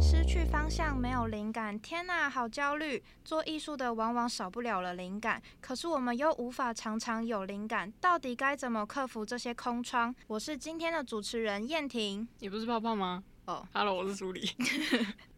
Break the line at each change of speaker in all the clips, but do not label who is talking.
失去方向，没有灵感，天呐，好焦虑！做艺术的往往少不了了灵感，可是我们又无法常常有灵感，到底该怎么克服这些空窗？我是今天的主持人燕婷。
你不是泡泡吗？
哦
，Hello，我是苏黎。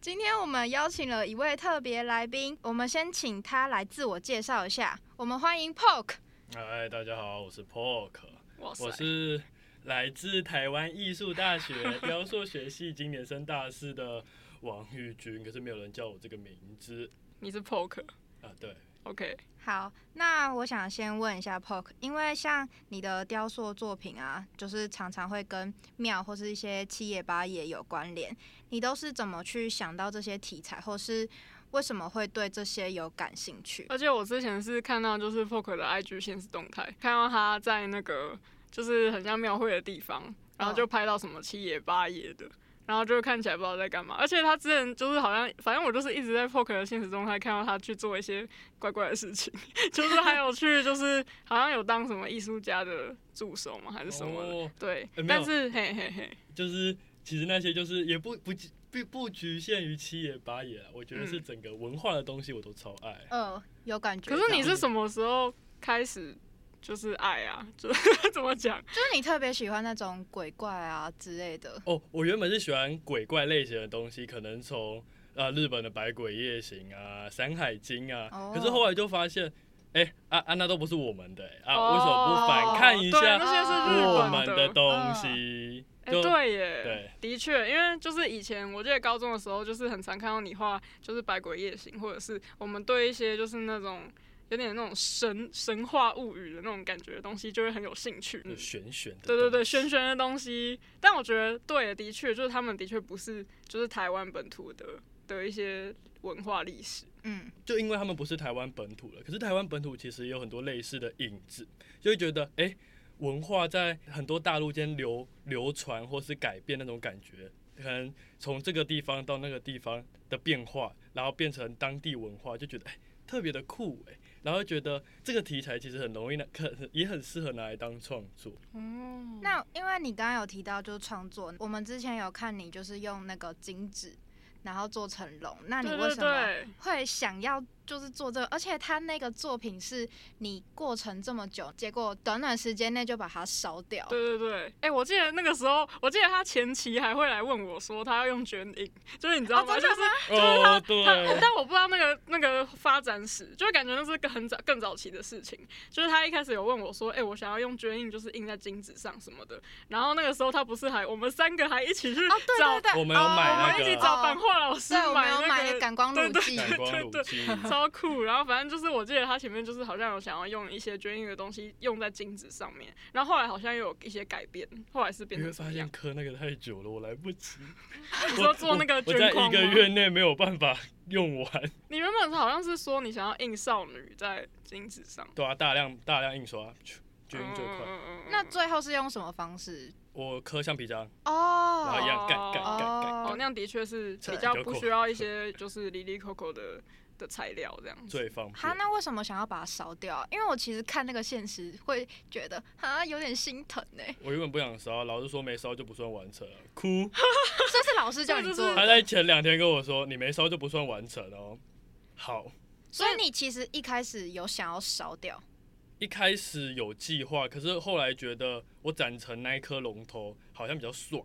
今天我们邀请了一位特别来宾，我们先请他来自我介绍一下。我们欢迎 Poke。
嗨，大家好，我是 Pork，
哇
我是来自台湾艺术大学 雕塑学系今年升大四的王玉君，可是没有人叫我这个名字
你是 Poke，OK，、
啊。对，
OK，
好，那我想先问一下 Poke，因为像你的雕塑作品啊，就是常常会跟庙或是一些七爷八爷有关联，你都是怎么去想到这些题材，或是为什么会对这些有感兴趣？
而且我之前是看到就是 Poke 的 IG 现实动态，看到他在那个就是很像庙会的地方，然后就拍到什么七爷八爷的。然后就看起来不知道在干嘛，而且他之前就是好像，反正我就是一直在 Poke 的现实动态看到他去做一些怪怪的事情， 就是还有去就是好像有当什么艺术家的助手嘛，还是什么的，
哦
对
呃。没有
但是嘿嘿嘿，
就是其实那些就是也不不不不局限于七爷八爷啊，我觉得是
嗯
整个文化的东西我都超爱。
呃，有感觉
可
到。
是你是什么时候开始就是爱啊？ 就是怎么讲？
就是你特别喜欢那种鬼怪啊之类的，
哦，我原本是喜欢鬼怪类型的东西，可能从啊日本的《百鬼夜行》啊，《山海经》啊，
哦
可是后来就发现，哎、啊啊，那都不是我们的、哎啊，
哦
为什么不反看一
对
下
那些是日
我
本
们的
的。
东西？
哎、
就
对耶，
对
的确，因为就是以前我记得高中的时候，就是很常看到你画就是《百鬼夜行》，或者是我们对一些就是那种有点那种神神话物语的那种感觉的东西，就会很有兴趣。
就玄玄的，
对对对，玄。玄的东西。但我觉得对，的确就是他们的确不是就是台湾本土的的一些文化历史。
嗯，
就因为他们不是台湾本土了，可是台湾本土其实也有很多类似的影子，就会觉得哎、文化在很多大陆间流流传或是改变那种感觉，可能从这个地方到那个地方的变化，然后变成当地文化，就觉得哎、特别的酷哎、然后觉得这个题材其实很容易拿，可也很适合拿来当创作。
哦，
那因为你刚刚有提到就是创作，我们之前有看你就是用那个金纸，然后做成龙，那你
对
为
对
什么
对，
会想要就是做这个？而且他那个作品是你过程这么久，结果短短时间内就把它烧掉。
对对对，哎、我记得那个时候，我记得他前期还会来问我说他要用卷影，就是你知道吗？
哦
就
真的
是
哦，
他，
对，
但我不知道那个那个发展史，就是感觉那是个很早更早期的事情。就是他一开始有问我说，哎、我想要用卷印，就是印在金纸上什么的。然后那个时候他不是还我们三个还一起去
哦，对
找，
对哦对，
我们有买
我
那
们
个
一起找版画老师
对，我们有买
哦那
那
个
个感光乳剂，
感光
对
乳 镜，
超酷。然后反正就是，我记得他前面就是好像有想要用一些捐印的东西用在金子上面，然后后来好像又有一些改变，后来是变
你会
成
发
这
现
样。
磕那个太久了，我来不及。
你说做那个
我在
捐
一
框吗
个月内没有办法用完，
你原本好像是说你想要印少女在金子上，
对啊，大量大量印刷，决定最
哦
快。
嗯嗯嗯嗯
那最后是用什么方式？
我刻橡皮章，然后一
哦
样盖盖盖盖，
哦
哦，
那样的确是比
对
较
比较
不
酷
需要一些就是离离扣扣的的材料这样子。
最方
哈，
便。
那为什么想要把它烧掉啊？因为我其实看那个现实会觉得哈有点心疼欸呢。
我原本不想烧，老师说没烧就不算完成了，哭。
这是老师叫你做
这
他
的，
在前两天跟我说，你没烧就不算完成哦。好，
所以你其实一开始有想要烧掉。
一开始有计划，可是后来觉得我展成那一颗龙头好像比较帅，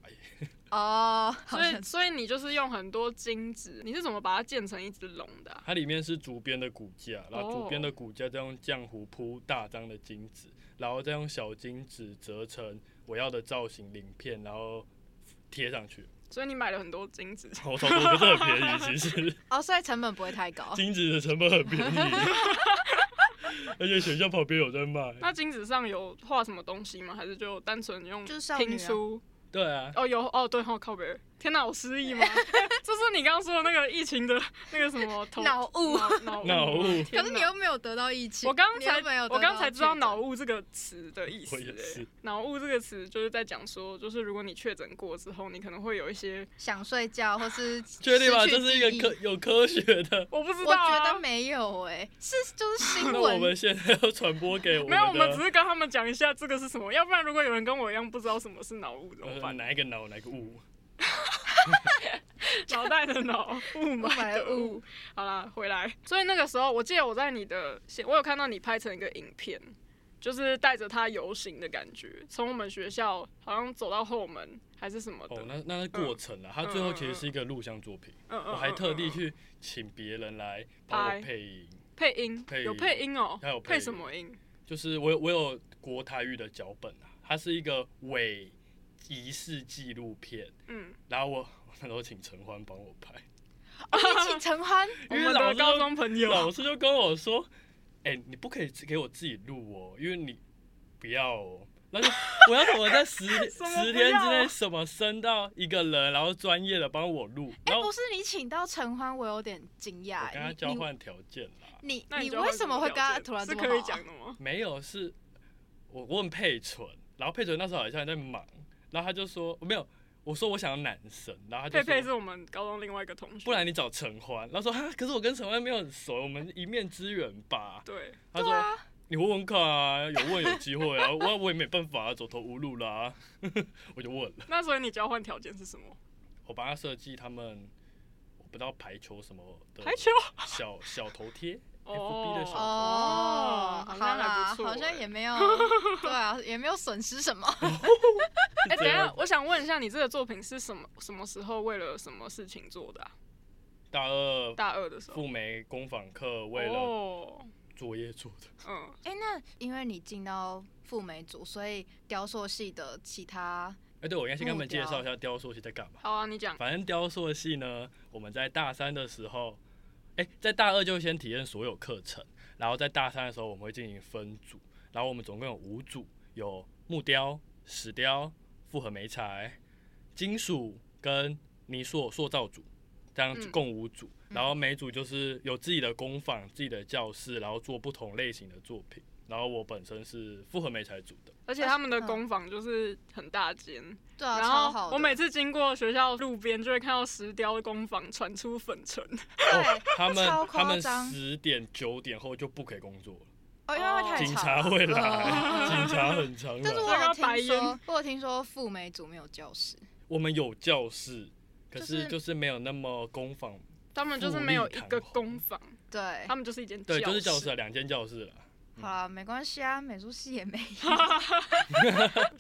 哦，好
所
像
以，所以你就是用很多金子，你是怎么把它建成一只龙的啊、
它里面是竹编的骨架，然后
哦
竹编的骨架再用浆糊铺大张的金纸，然后再用小金纸折成我要的造型鳞片，然后贴上去。
所以你买了很多金子。
我操，这个很便宜，其实
哦，所以成本不会太
哦
高。
金纸的成本很便 宜，而且学校旁边有在卖。
那金子上有画什么东西吗？还是就单纯用
就是少女啊
拼出？
对啊，
哦，有哦，对哦，靠北，天哪，我失 忆吗？ 这是你刚刚说的那个疫情的那个什么头
脑雾。
脑
脑雾
可
天
是
哪
你又没有得到疫情，
我刚
你又
才
没有得到
我刚才知道
确诊
脑雾这个词的意思、
我也
欸
是。
脑雾这个词就是在讲说，就是如果你确诊过之后，你可能会有一些
想睡觉或是
确定吗？
失去
这是一个
记忆
科有科学的。
我不知
我
道、啊，
觉得没有哎、是 就是新
那我
闻
们现在要传播给我
没有，我
们
们只
的
是跟他们讲一下这个是什么，要不然如果有人跟我一样不知道什么是脑雾怎么
呃
办？
哪一个脑哪个物？
脑袋的脑，雾 霾的雾。
物，
好啦，回来。所以那个时候，我记得我在你的，我有看到你拍成一个影片，就是带着他游行的感觉，从我们学校好像走到后门还是什么的。
哦，那那是过程啊，它最后其实是一个录像作品，
嗯
我还特地
嗯嗯
去请别人来帮
拍
我配音，
配音，
配音
有配音哦、
还有配
配
音
什么音？
就是我有我有国台语的脚本啊，它是一个伪仪式纪录片，
嗯，
然后我 我那时候请陈欢帮我拍，
哦一起承 欢，哎
我
因为
们
老
的
师
高中朋友。
老师就跟我说：“哎、你不可以只给我自己录哦，因为你不要哦。”那就我要怎么在 十
什么不要啊
十天之内什么升到一个人，然后专业的帮我录，
哎、
然后
不
我
是你请到陈欢，我有点惊
啊
讶、
跟他
欸，
交换条件啦。
你
那
你
你
你
交换
为什么会跟
条
他
件
突然
是
这么
可以
好啊
讲的 吗？
没有，是我我问佩纯，然后佩纯那时候好像在忙，然后他就说没有，我说我想要男生，然后他就
佩佩
说
是我们高中另外一个同学，
不然你找陈欢，然后说哈，可是我跟陈欢没有很熟，我们一面之缘吧。
对，
他说、你问问看啊，有问有机会啊， 我我也没办法啊，走投无路啦、 我就问了，
那所以你交换条件是什 么？
我帮他设计他们，我不知道排球什么的
排球
小小头贴，
哦
FB 的手头
哦，
好
好
像还
啦，
不错
好像
欸
也没有， 对啊，也没有损失什么。
哎、
这
等一
样
下，我想问一下，你这个作品是什么什么时候为了什么事情做的、啊？
大二
大二的时候。
赴美工坊课哦为了
哦，
作业做的，
嗯，
哎、那因为你进到赴美组，所以雕塑系的其他
哎、对我应该先跟他们
木雕
介绍一下雕塑系在干嘛。
好啊，你讲。
反正雕塑系呢，我们在大三的时候，哎、在大二就先体验所有课程，然后在大三的时候我们会进行分组，然后我们总共有五组，有木雕、石雕、复合媒材、金属跟泥塑塑造组，这样
嗯
共五组，然后每组就是有自己的工坊、自己的教室，然后做不同类型的作品。然后我本身是复合媒材组的，
而且他们的工坊就是很大间，
对啊，
然
超好
后
的。
我每次经过学校路边，就会看到石雕工坊传出粉尘。
对，
哦他们
哎超
他
夸
们
张
十点九点后就不可以工作了。
哦，因为会太
警
吵
察
了。
会
嗯
来， 警察很啊常
但是
来。
我有
那白
听说
烟，
我有听说赴美组没有教室，
我们有教室，可
就是
是就是没有那么工坊，
他们就是没有一个工坊，
对，
他们就是一间
对，就是教
教
室啊，两间教室了。
好啦，没关系啊，美术系也没有。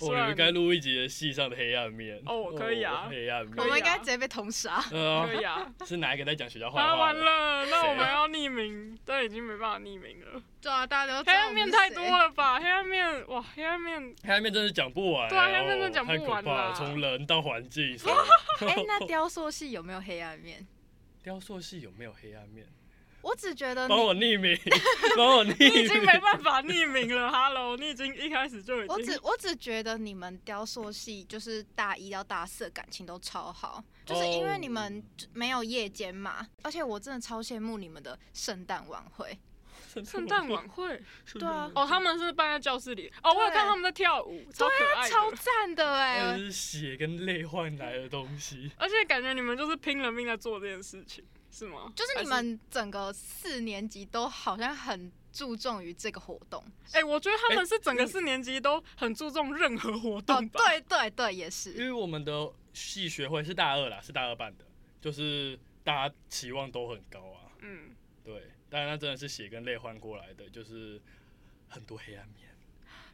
我们该录一集的戏上的黑暗面。
啊哦可以啊
黑暗
我
可以
面。
们应该直接被同杀。
呃
对 呀，
是哪一个在讲学校坏
啊
话
完
的？
了，那我
谁
们要匿名，但已经没办法匿名 了。
对啊，大家都知
黑
道
暗
我们
面
是
太
谁
多。了吧？黑暗面哇，黑暗面
黑暗面真是讲不完。
对啊黑暗面真的讲不完啦
哦太可怕了从人到环境。什么
哎、那雕塑系有没有黑暗面？
雕塑系有没有黑暗面？
我只觉得你
帮，我 匿名，帮我
嗯你 已经没
匿名。
办法匿名了，Hello，你已经一开始就已
我
经
只我只觉得你们雕塑系就是大一到大四的感情都超好，就是因为你
哦
们就没有夜间嘛，而且我真的超羡慕你们的圣诞晚会。
圣诞晚会
对
圣诞晚
啊
会，
哦，他们是办在教室里哦，我
对
有
啊
看他们在跳舞，超可爱的，
超赞的哎、
那是血跟泪换来的东西。
而且感觉你们就是拼了命在做这件事情，是吗？
就是你
还
们整个四年级都好像很注重于这个活动。
哎、我觉得他们
哎
是整个四年级都很注重任何活
哦
动，吧？嗯
对对对，也
因
是。
为我们的系学会是大二啦，是大二办的，就是大家期望都很高啊。
嗯，
对，但那真的是血跟泪换过来的，就是很多黑暗面。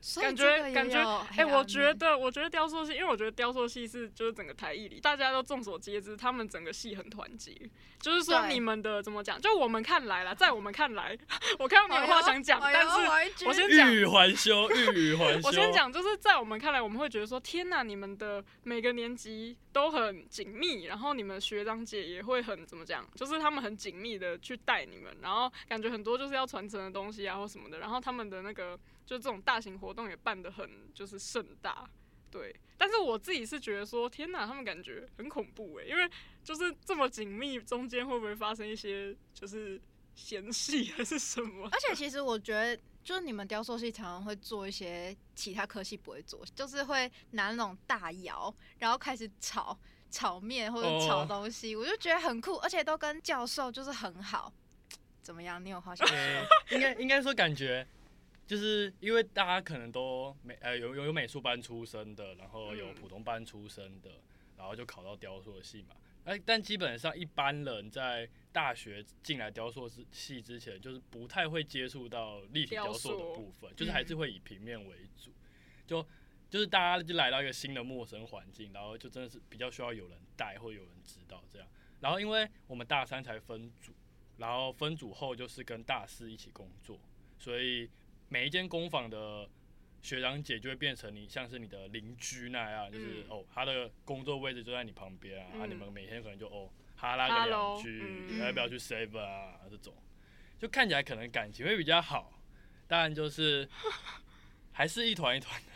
所以
感
这个
觉
也
感觉，
有
哎、
黑暗
我觉
面
得我觉得雕塑系，因为我觉得雕塑系是就是整个台艺里大家都众所皆知，他们整个系很团结，就是说
对
你们的怎么讲，就我们看来啦，在我们看来， 我看到你有话想讲，
哎呦
但是
哎呦觉
我
得
先讲
欲语还休，欲语还休。
我先，讲，就是在我们看来，我们会觉得说，天呐，你们的每个年级都很紧密，然后你们学长姐也会很怎么讲，就是他们很紧密的去带你们，然后感觉很多就是要传承的东西啊或什么的，然后他们的那个就这种大型活动也办得很就是盛大。对，但是我自己是觉得说，天哪，他们感觉很恐怖哎、因为就是这么紧密，中间会不会发生一些就是嫌隙 还是什么？
而且其实我觉得，就是你们雕塑系常常会做一些其他科系不会做，就是会拿那种大窑，然后开始炒炒面或者炒
哦
东西我就觉得很酷，而且都跟教授就是很好。怎么样？你有话 想说？
呃应该应该说感觉，就是因为大家可能都美呃有有有美术班出身的，然后有
嗯
普通班出身的，然后就考到雕塑系嘛。哎，但基本上一般人在大学进来雕塑之系之前，就是不太会接触到立体雕塑的
雕塑
部分，就是还是会以平面为主。就就是大家就来到一个新的陌生环境，然后就真的是比较需要有人带或有人指导这样。然后因为我们大三才分组，然后分组后就是跟大四一起工作，所以每一间工坊的学长姐就会变成你像是你的邻居那样，就是、
嗯
哦他的工作位置就在你旁边啊，啊你
嗯
们每天可能就哦哈拉个两
Hello，
句，
嗯
要不要去 save 啊这种，就看起来可能感情会比较好，但就是还是一团一团的，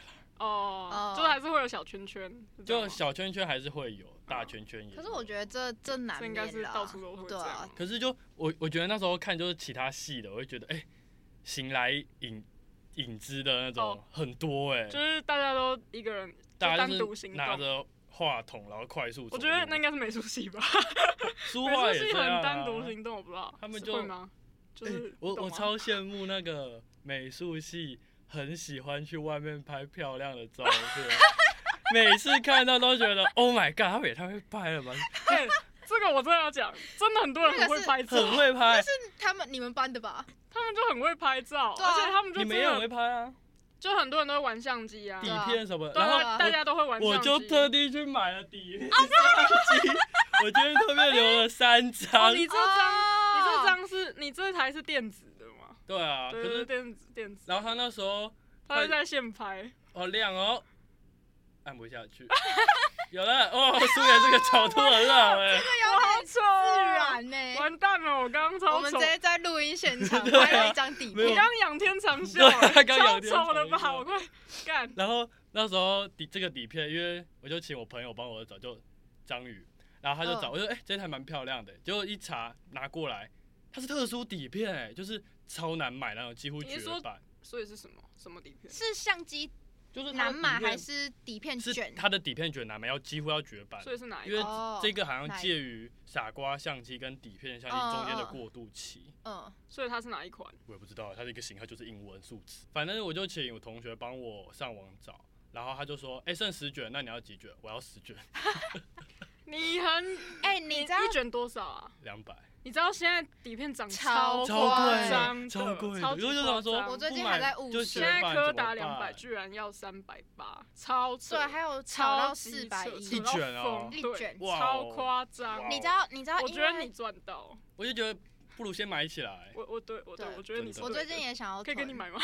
哦
哦，
就是还是会有小圈圈，是这样
就
吗
小圈圈还是会有，大圈圈也有。
可是我觉得这这难
这
免
应
啦，
该是到处都会这
对啊
样。
可是就我我觉得那时候看就是其他戏的，我会觉得哎、醒来影影子的那种
哦
很多哎、
就是大家都一个人，
大家
就单
就
独
是
行
拿
动。
着话筒然后快速走路。
我觉得那应该是美术系 吧，
书
美
画
术
也
系
这样啊
很单独行动，我不知道
他们
是
就
会吗？就是
欸我
懂啊
我
吗
超羡慕那个美术系，很喜欢去外面拍漂亮的照片。 每次看到都觉得，Oh my god，他们也太会拍 了吧，
哎这个我真的要讲，真的很多人很会拍照，
很会拍，
他们你们班的吧？
他们就很会拍照，
对啊
而且他们就真
你们也很
的
会拍啊，
就很多人都会玩相机啊
底
对，啊
片什么的，
对
然后
啊
啊，大家都会玩相机。哦
我就特地去买了底片相机，我今天特别留了三
哦
张。
你这张，你这
张，
张是你这台是电子的吗？
对啊，可
对对，
是
电子电子，
然后他那时候
他是在现拍，
哦亮哦，按不下 去，有了哦，苏妍这个角度很
啊
好哎，
好丑
自
啊！
然呢、欸
完蛋了，我刚刚
我
超
们
丑
直，接在录音现场
对啊
拍了一张底
没有
你
片，
刚刚仰天长啸
对他
欸，
刚仰
超
天长
丑了吧？
啸
我快干！
然后那时候底这个底片，因为我就请我朋友帮我找，就张宇，然后他就找，
嗯
我就哎、这台蛮漂亮的，结果一查拿过来，它是特殊底片哎，就是超难买那种，几乎
你
绝
是说
版，
所以是什么什么底片？
是相机
就是它的
难买
底片
还是底片
是
卷？
它的底片卷难买，要几乎要绝版，
所以是哪一
因为
个？
哦
这个好像
哪一
介于傻瓜相机跟底片相机中间的过渡期，
嗯，
所以它是哪一款？
我也不知道它的一个型号就是英文数字。反正我就请我同学帮我上网找，然后他就说：“哎、剩十卷，那你要几卷？我要十卷，
你很
哎、你知道
一卷多少啊？
两百，
你知道现在底片涨
超
超
夸
张
贵，
的，
超贵的。
超
我
级
就
夸
想说，
张
我最近
不买
还在物
就
色
绝
现在
版
柯
怎么
达两百
办
居然要三百八，超扯
对，啊还有炒到
超级
四百
扯
一
扯
一
到
卷啊
疯
一
对
卷
哇
超
哦
夸张
哇。
你知道你知道，
我
因
觉得你
为
赚到，
我就觉得不如先买 起来。
我我对我对
对
我觉得你是
我
对
最近
的
也想要
可以给
囤
你，买吗？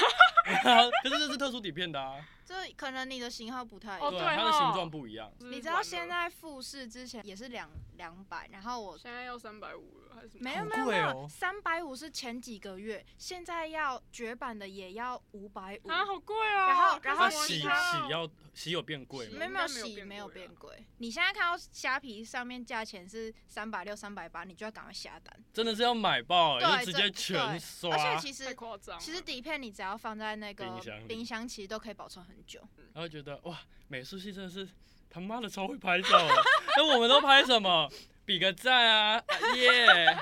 可是这是特殊底片的啊，
就是可能你的型号不太一
哦
样。
对
对
啊，它的形
吼
状不一样。
你知
完
道
了
现在复试之前也是两两百，然后我
现在要三百五了还是什么
没有
好
没有没
贵
有，
哦
三百五是前几个月，现在要绝版的也要五百五。
啊，好贵哦。
然后然
它
后
洗
你
洗
看
要洗有变贵
洗
吗
没有？没
应
有
该没有
洗
变
没有
贵啊
变贵，你现在看到虾皮上面价钱是三百六、三百八，你就要赶快下单。
真的是要买爆、欸，
对
就直接
真
全
对
刷。
而且其
太
实
夸张了。
其实底片你只要放在那个
啊冰箱里
冰箱，其实都可以保存很久。
然后觉得哇，美术系真的是他妈的超会拍照的， 那我们都拍什么？ 比个赞啊，啊耶、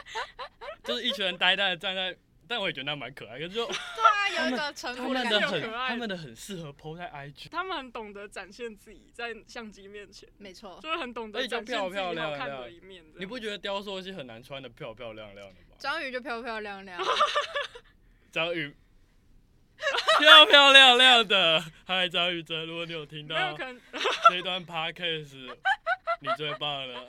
就是一群人呆呆的站在，但我也觉得那蛮可爱的，可是 就
对啊，有一个成
他
果的
们
感
的
觉，
很，
有可爱
他们的很适合 PO 在 IG，
他们很懂得展现自己在相机面前，
没 错。
就是很懂
而
得
且就
展现自
漂
己
漂亮
好看的
亮
一面这样。
你不觉得雕塑系很难穿的漂漂亮亮的吗？
章鱼就漂漂亮亮，
张宇。 漂漂亮亮的，嗨，张宇哲，如果你有听
没有
到
可能？
这一段 podcast，你最 棒了，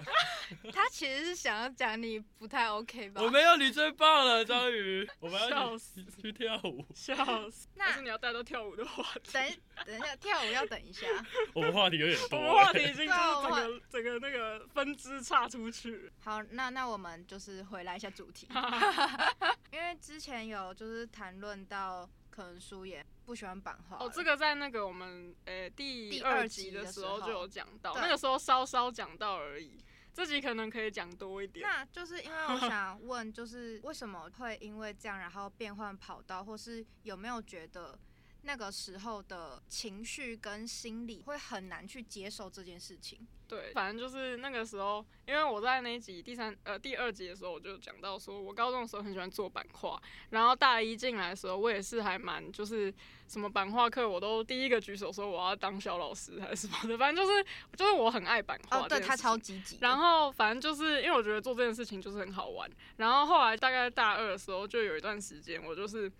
他其实是想要讲你不太 OK 吧
我？没有你最棒了，张宇，我们要
笑
一
死
起去跳舞。
笑死！
那
还是你要带到跳舞的话题，
等一等一下，跳舞要等一下。
我们话题有 点
我
多、
们话题 已经就是
对啊
整
我
个整个那个分支岔出去。
好，那那我 们就是回来一下主题，因为之前有就是谈论到。可能舒妍不喜欢版画了。
哦，这个在那个我们呃、第
第
二
二
集
集的
时
时
候就
候
有讲到，
对
那个时候稍稍讲到而已。这集可能可以讲多一点。
那就是因为我想问，就是为什么会因为这样，然后变换跑道，或是有没有觉得那个时候的情绪跟心理会很难去接受这件事 情？
对，反正就是那个时候，因为我在那一集第三呃第二集的时候，我就讲到说，我高中的时候很喜欢做版画，然后大一进来的时候，我也是还蛮就是什么版画课，我都第一个举手说我要当小老师还是什么的，反正就是就是我很爱版画。
哦，对他超。积极的，
然后反正就是因为我觉得做这件事情就是很好玩，然后后来大概大二的时候就有一段时间我就是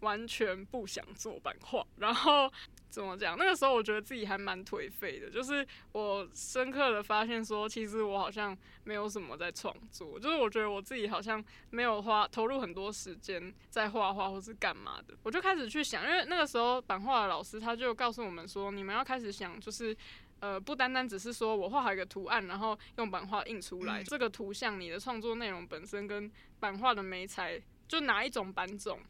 完全不想做版画，然后怎么讲？那个时候我觉得自己还蛮颓废的，就是我深刻的发现说，其实我好像没有什么在创作，就是我觉得我自己好像没有花投入很多时间在画画或是干嘛的，我就开始去想，因为那个时候版画的老师他就告诉我们说，你们要开始想就是。呃，不单单只是说我画好一个图案，然后用版画印出来，
嗯
这个图像你的创作内容本身跟版画的媒材，就哪一种版种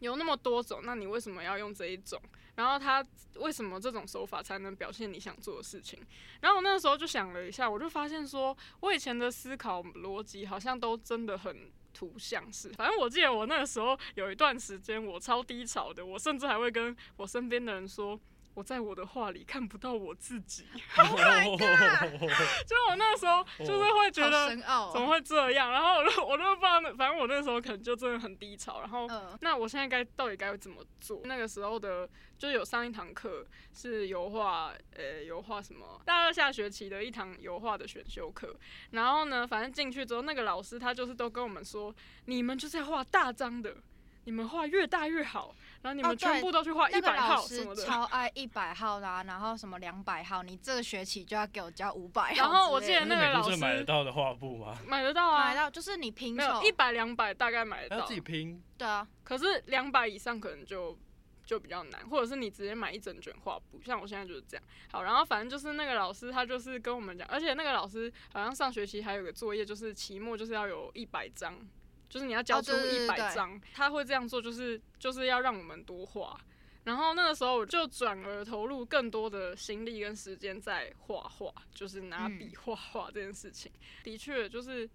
有那么多种，那你为什么要用这一种？然后他为什么这种手法才能表现你想做的事情？然后我那个时候就想了一下，我就发现说，我以前的思考逻辑好像都真的很图像式。反正我记得我那个时候有一段时间我超低潮的，我甚至还会跟我身边的人说。我在我的画里看不到我自己， 就我那时候就是会觉
好
得
深奥、
怎么
哦。
会这样？然后我就我就不知道那，反正我那时候可能就真的很低潮。然后，
呃，
那我现在该到底该怎么做？那个时候的就有上一堂课是油画，呃，油画什么大二下学期的一堂油画的选修课。然后呢，反正进去之后，那个老师他就是都跟我们说，你们就是要画大张的，你们画越大越好，然后你
哦
们全
对
部都去画
那
一
个
百号
老
什
师
么的。
超爱一百号啦、然后什么两百号，你这个学期就要给我交五百号之类的。
然后我记得那
那
个
美
老
术
师
是买得到的画 布吗？
买得到啊，
买到就是你拼
没有
凑
一百两百大概买得
他
到
自，己拼，
对啊，
可是两百以上可能就就比较难，或者是你直接买一整卷画布，像我现在就是这样。好，然后反正就是那个老师他就是跟我们讲，而且那个老师好像上学期还有个作业，就是期末就是要有一百张，就是你要交
哦
出
对对
一
对
百
对
张，他会这样做，就是就是要让我们多画。然后那个时候我就转而投入更多的心力跟时间在画画，就是拿
嗯
笔画画这件事情。的确，就是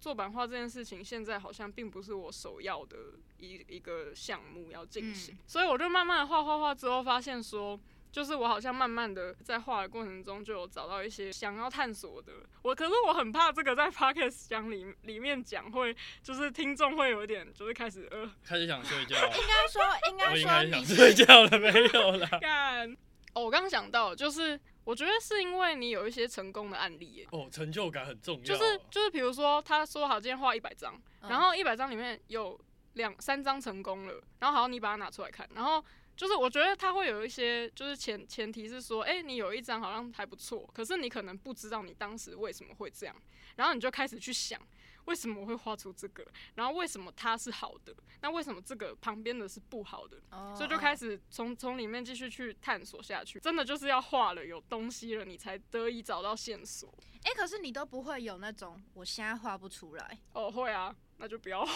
做版画这件事情，现在好像并不是我首要的一一个项目要进行，
嗯
所以我就慢慢的画画画之后，发现说。就是我好像慢慢的在画的过程中，就有找到一些想要探索的。我可是我很怕这个在 podcast 讲里里面讲会，就是听众会有一点就是开始呃
开始想睡觉了，
应该说应
我
该
应
说
该
你
想
是
睡觉了，没有啦。
干。哦，我刚刚想到，就是我觉得是因为你有一些成功的案例耶，
哦，成就感很重要
就
啊。
是就是比如说他说好今天画一百张，
嗯
然后一百张里面有两三张成功了，然后好你把它拿出来看，然后就是我觉得他会有一些就是前前提是说，哎、你有一张好像还不错，可是你可能不知道你当时为什么会这样，然后你就开始去想。为什么我会画出这个？然后为什么它是好的？那为什么这个旁边的是不好的？
哦
所以就开
始
始从从里面继续去探索下去，真的就是要画了有东西了，你才得以找到线索。
哎、可是你都不会有那种我现在画不出来，
哦，会啊，那就不要画。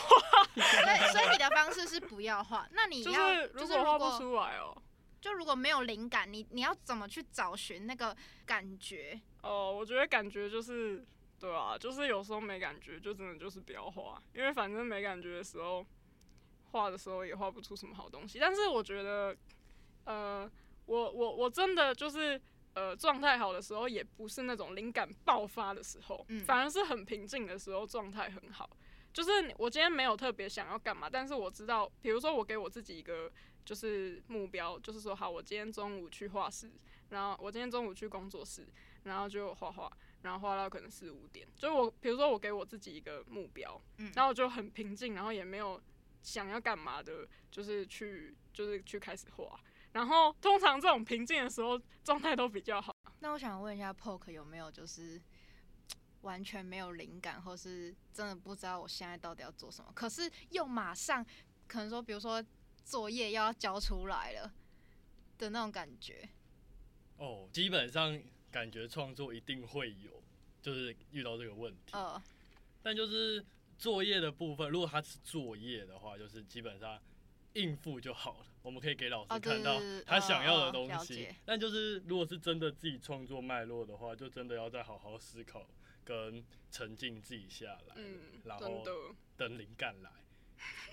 所以所以你的方式是不要画，那你
就
要
是
就
如
是如
果画不
果
出来哦，
就如果没有灵感，你你要怎么去找寻那个感觉？
哦，我觉得感觉就是，对啊，就是有时候没感觉，就真的就是不要画，因为反正没感觉的时候，画的时候也画不出什么好东西。但是我觉得，呃，我我我真的就是。呃，状态好的时候也不是那种灵感爆发的时候，
嗯
反而是很平静的时候，状态很好。就是你我今天没有特别想要干嘛，但是我知道，比如说我给我自己一个就是目标，就是说好，我今天中午去画室，然后我今天中午去工作室，然后就画画，然后画到可能四五点。就我比如说我给我自己一个目标，
嗯
然后我就很平静，然后也没有想要干嘛的，就是去就是去开始画。然后通常这种平静的时候，状态都比较好。
那我想问一下 Poke 有没有就是完全没有灵感，或是真的不知道我现在到底要做什么，可是又马上可能说，比如说作业又要交出来了的那种感觉？
哦，基本上感觉创作一定会有，就是遇到这个问题。
呃，
但就是作业的部分，如果它是作业的话，就是基本上应付就好了。我们可以给老
哦
师
对
看到
对对对
他想要的
哦
东
了
西。
解
但就是如果是真的自己创作脉络的话，就真的要再好好思考跟沉静自己下来，
嗯，
然
真
后
的，
等灵感来。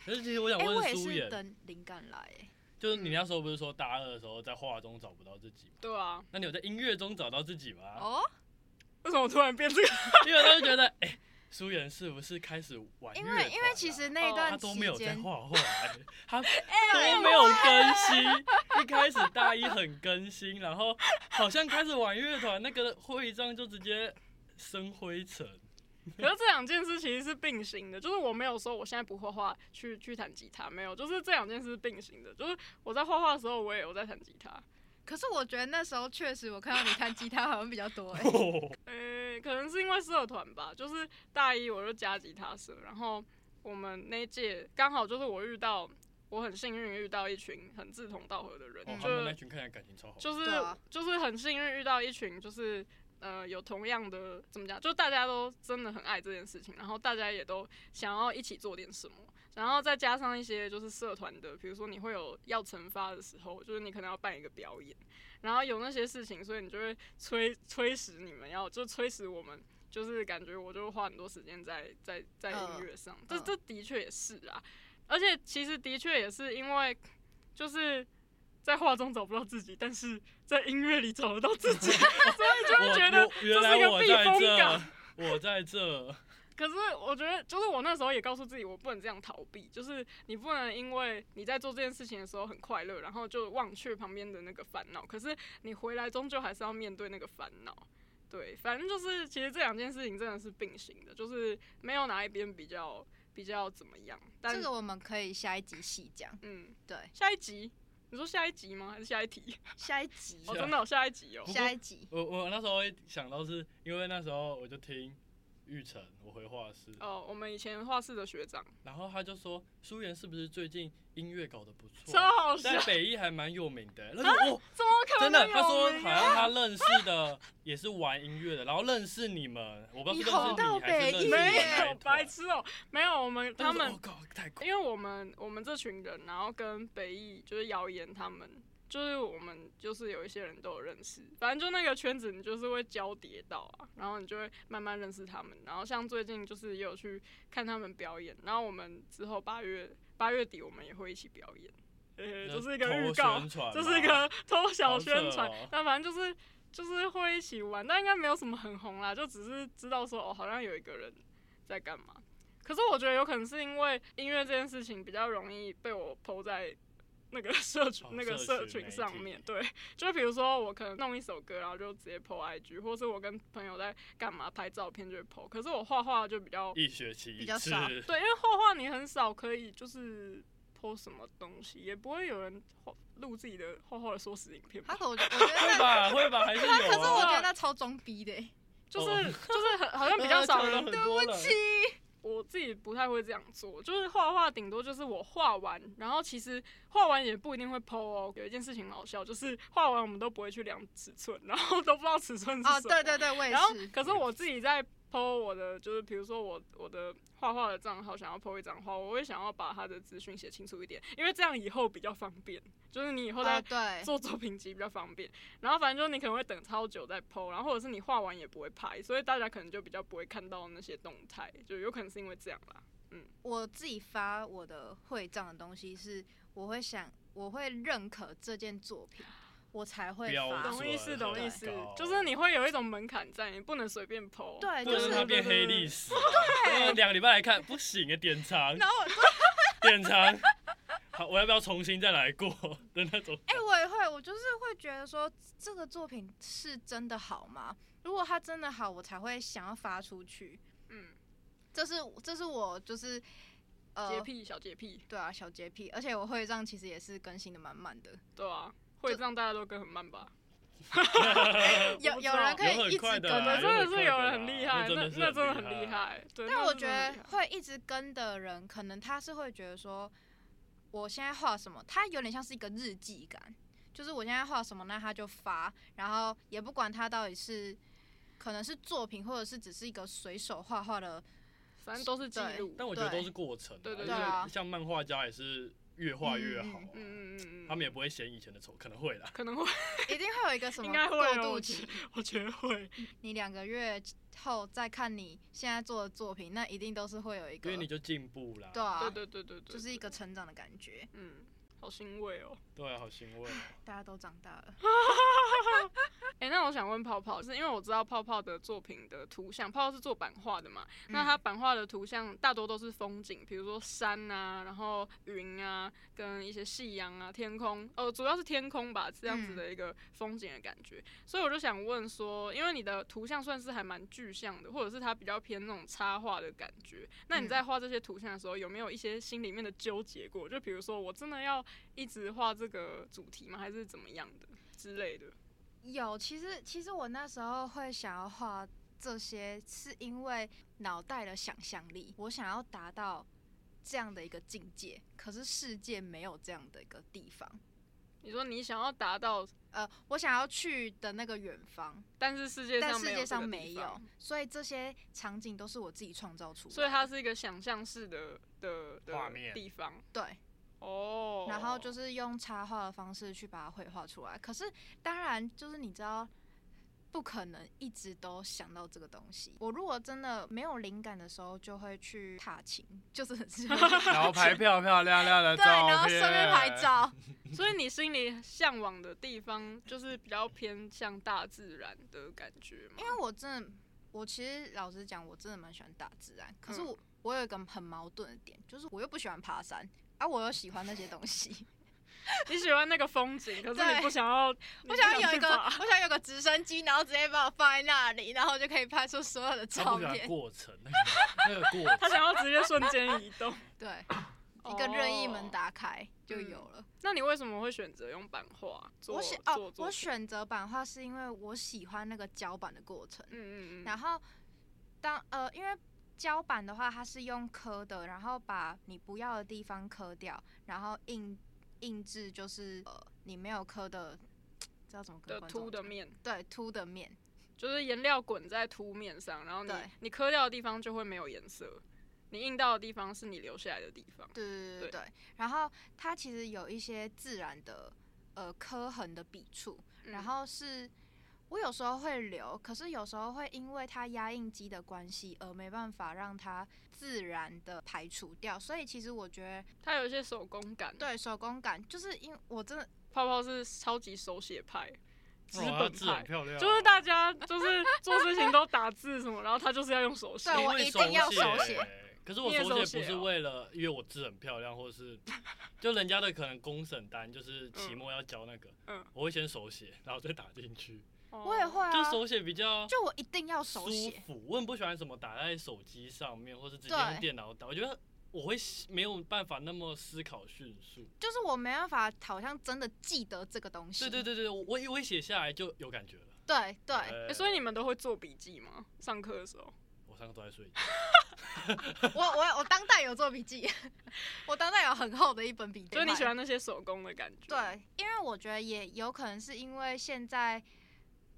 可是其实我想
哎、我
问
也
苏
是
妍，
等灵感来、哎
就是你那时候不是说大二的时候在画中找不到自己吗？
对啊，
那你有在音乐中找到自己吗？
哦，
为什么我突然变这个？
因为他就觉得，哎、苏妍是不是开始玩乐
因
团啊、
为因为其实那
哦
段
他都
期
没有在
间，
画画、欸， 他
哎
都没有更新。一开始大一很更新，然后好像开始玩乐团，那个徽章就直接生灰尘。
可是这两件事其实是并行的，就是我没有说我现在不画画去去弹吉他，没有，就是这两件事是并行的，就是我在画画的时候我也有在弹吉他，
可是我觉得那时候确实我看到 你弹吉他好像比较多、哎
呃，可能是因为社团吧，就是大一我就加吉他社，然后我们那一届刚好就是我遇到，我很幸运遇到一群很志同道合的人，
哦，他们那
就
群看起来感情超好。
就是、
对啊
就是很幸运遇到一群就是呃有同样的怎么讲，就大家都真的很爱这件事情，然后大家也都想要一起做点什么。然后再加上一些就是社团的，比如说你会有要惩罚的时候，就是你可能要办一个表演，然后有那些事情，所以你就会催催使你们要，就催使我们，就是感觉我就花很多时间在在在
嗯
音乐上，这
嗯
这的确也是啊，而且其实的确也是因为就是在画中找不到自己，但是在音乐里找得到自 己，所以就会觉得
我我原来我
这是一个
在
避风
这
港。，
我在这。
可是我觉得，就是我那时候也告诉自己，我不能这样逃避，就是你不能因为你在做这件事情的时候很快乐，然后就忘却旁边的那个烦恼。可是你回来终究还是要面对那个烦恼。对，反正就是其实这两件事情真的是并行的，就是没有哪一边比较比较怎么样。但
这个我们可以下一集细讲。
嗯，
对，
下一集你说下一集吗？还是下一题？
下一集，
哦，真的、哦、下一集哦。
下一集，
我我那时候会想到是因为那时候我就听玉成，我回画室，
哦，我们以前画室的学长
然后他就说苏妍是不是最近音乐搞得不错
超
啊？
好笑
在，北艺还蛮有 名的、然后我、哦
怎么 可
真
能
的，
有
他说
名
好
啊
像他认识的也是玩音乐的，然后认识你们，我不知
你红
道是认
到
识你还是认识
北
你
艺
们
耶
没
那一
有
团
白痴哦、没有我们他
但是
们
我哦靠太酷
因为我们我们这群人，然后跟北艺就是谣言他们，就是我们就是有一些人都有认识，反正就那个圈子你就是会交叠到啊，然后你就会慢慢认识他们。然后像最近就是也有去看他们表演，然后我们之后八月八月底我们也会一起表演，呃，这是一个预告
偷，宣传嘛
这是一个偷小宣传
好扯哦，
但反正就是就是会一起玩，但应该没有什么很红啦，就只是知道说哦，好像有一个人在干嘛。可是我觉得有可能是因为音乐这件事情比较容易被我抛在那个社群、
哦
那个社
社群
群
媒
上
体
面，对，就比如说我可能弄一首歌，然后就直接 PO IG，或是我跟朋友在干嘛拍照片就会 PO。可是我画画就比较
一学期
比
一
较
次，
少
对，因为画画你很少可以就是 PO 什么东西，也不会有人画录自己的画画的缩时影片吧
他。可我 觉我觉得
会
那，
吧会吧还是有、
可是我
啊，
觉得那超装逼的、 哎
就是、
哦
就是很好像比 较少
呃
人
差很多了。
我自己不太会这样做，就是画画顶多就是我画完，然后其实画完也不一定会 PO 哦。有一件事情很好笑，就是画完我们都不会去量尺寸，然后都不知道尺寸是什么。
哦，对对对，我也
然后
是，
可是我自己在 PO 我的，就是比如说我我的画画的账号想要 PO 一张画，我会想要把它的资讯写清楚一点，因为这样以后比较方便，就是你以后在
啊对，
做作品集比较方便。然后反正就是你可能会等超久再 PO，然后或者是你画完也不会拍，所以大家可能就比较不会看到那些动态，就有可能是因为这样啦。
我自己发我的会账的东西是，我会想，我会认可这件作品，我才会
标
发。
准
懂意思，
啊很哦
懂意思
高，
就是你会有一种门槛在，你不能随便 PO。
对
不
就
能
是
让它变黑历史啊，呃两个礼拜来看不行啊，典藏
然后我，
典藏，好，我要不要重新再来过的那种？
哎、我也会，我就是会觉得说，这个作品是真的好吗？如果它真的好，我才会想要发出去。
嗯，
这是，这是我就是，
洁
呃，
癖小洁癖，
对啊，小洁癖，而且我会账其实也是更新的满满的。
对啊，会让大家都跟很慢吧？
有
呃
不知
有人
道
可以
有
一
很
直
快
跟
的
对，
啊
的，
真的是有人很厉害，那
那真的是
那真的
很厉
很厉
害
害。对，
但
那
我
真
觉
的
得
很厉害
会一直跟的人，可能他是会觉得说，我现在画什么，他有点像是一个日记感，就是我现在画什么，那他就发，然后也不管他到底是可能是作品，或者是只是一个随手画画的，
反正都是记
对
录。
但我觉得都是过程啊、
对对
对啊
就是像漫画家也是越画越好、啊，
嗯嗯嗯嗯，
他们也不会嫌以前的丑，可能会啦。
可能会，
一定会有一个什么
应该会
过
哦
渡
我
期。
我觉得会，
你两个月后再看你现在做的作品，那一定都是会有一
因
个
为你就进步啦，
对啊，
对对对对对，
就是一个成长的感觉。
嗯，好欣慰哦。
对啊，好欣慰哦。
大家都长大了，
哎、那我想问泡泡，是因为我知道泡泡的作品的图像，泡泡是做版画的嘛？那
嗯
他版画的图像大多都是风景，比如说山啊，然后云啊，跟一些夕阳啊、天空，哦，主要是天空吧，这样子
嗯
的一个风景的感觉。所以我就想问说，因为你的图像算是还蛮具象的，或者是它比较偏那种插画的感觉，那你
嗯
在画这些图像的时候，有没有一些心里面的纠结过？就比如说，我真的要一直画这个主题吗？还是怎么样的之类的？
有，其实其实我那时候会想要画这些，是因为脑袋的想象力，我想要达到这样的一个境界，可是世界没有这样的一个地方。
你说你想要达到，
呃，我想要去的那个远方，
但是世界
但
上
世
没有
界
这
上
个
没
地
有
方，，
所以这些场景都是我自己创造出来的。
所以它是一个想象式的的的
画面
地方
对，
哦。
然后就是用插画的方式去把它绘画出来。可是当然，就是你知道，不可能一直都想到这个东西。我如果真的没有灵感的时候，就会去踏青，就是 很适合
然后 拍漂漂亮亮的
对，啊然后顺便拍。照。
所以你心里向往的地方，就是比较偏向大自然的感觉嘛
因。为我真的，我其实老实讲，我真的蛮喜欢大自然。可是
嗯
我、我有一个很矛盾的点，就是我又不喜欢爬山。啊，我又喜欢那些东西，
你喜欢那个风景，可是
对
你不 想要，你
我
不
想要有
去
一个，
爬
我想要有个直升机，然后直接把我放在那里，然后我就可以拍出所有的
他
照
不喜欢
片。
过程，那个那个 过
他
程，
想要直接瞬间移动。
对， 一个任意门
哦。
打开就有了。
那你为什么会选择用版画嗯做
我选
做
哦，
作
我
品
选择版画是因为我喜欢那个胶版的过程。
嗯嗯嗯，
然后当呃，因为胶版的话，它是用刻的，然后把你不要的地方刻掉，然后印印制就是呃你没有刻的，知道怎么跟
的
观众
凸的
讲
面，
对凸的面
就是颜料滚在凸面上，然后你
对
你磕掉的地方就会没有颜色，你印到的地方是你留下来的地方。
对对对对
对
对。然后它其实有一些自然的呃刻痕的笔触，
嗯
然后是我有时候会留，可是有时候会因为它压印机的关系而没办法让它自然的排除掉，所以其实我觉得
它有一些手工感，，
对手工感，就是因为我真的
泡泡是超级手写派，纸
哇
本
字很
派。
漂亮啊，
就是大家就是做事情都打字什么，然后他就是要用手写
对。
因
我
为
一定要手
写
写。
可是我
你也
手
手
写
写
不是
哦
为了，因为我字很漂亮，或 者是就人家的可能公审单，就是期末要交那个，
嗯
我会先手写，然后再打进去，
哦
我也会啊，
就手写比较
就我一定要手
舒
写，
服。我很不喜欢什么打在手机上面，或是直接
对
用电脑打，我觉得我会没有办法那么思考迅速。
就是我没办法，好像真的记得这个东西。
对对
对
对对，我我我一写下来就有感觉了。
对
欸所以你们都会做笔记吗？上课的时候，
呃我上课都在睡觉。
我我我当代有做笔记， 我当代有很厚的一本笔记。
所以你喜欢那些手工的感觉。，
对，因为我觉得也有可能是因为现在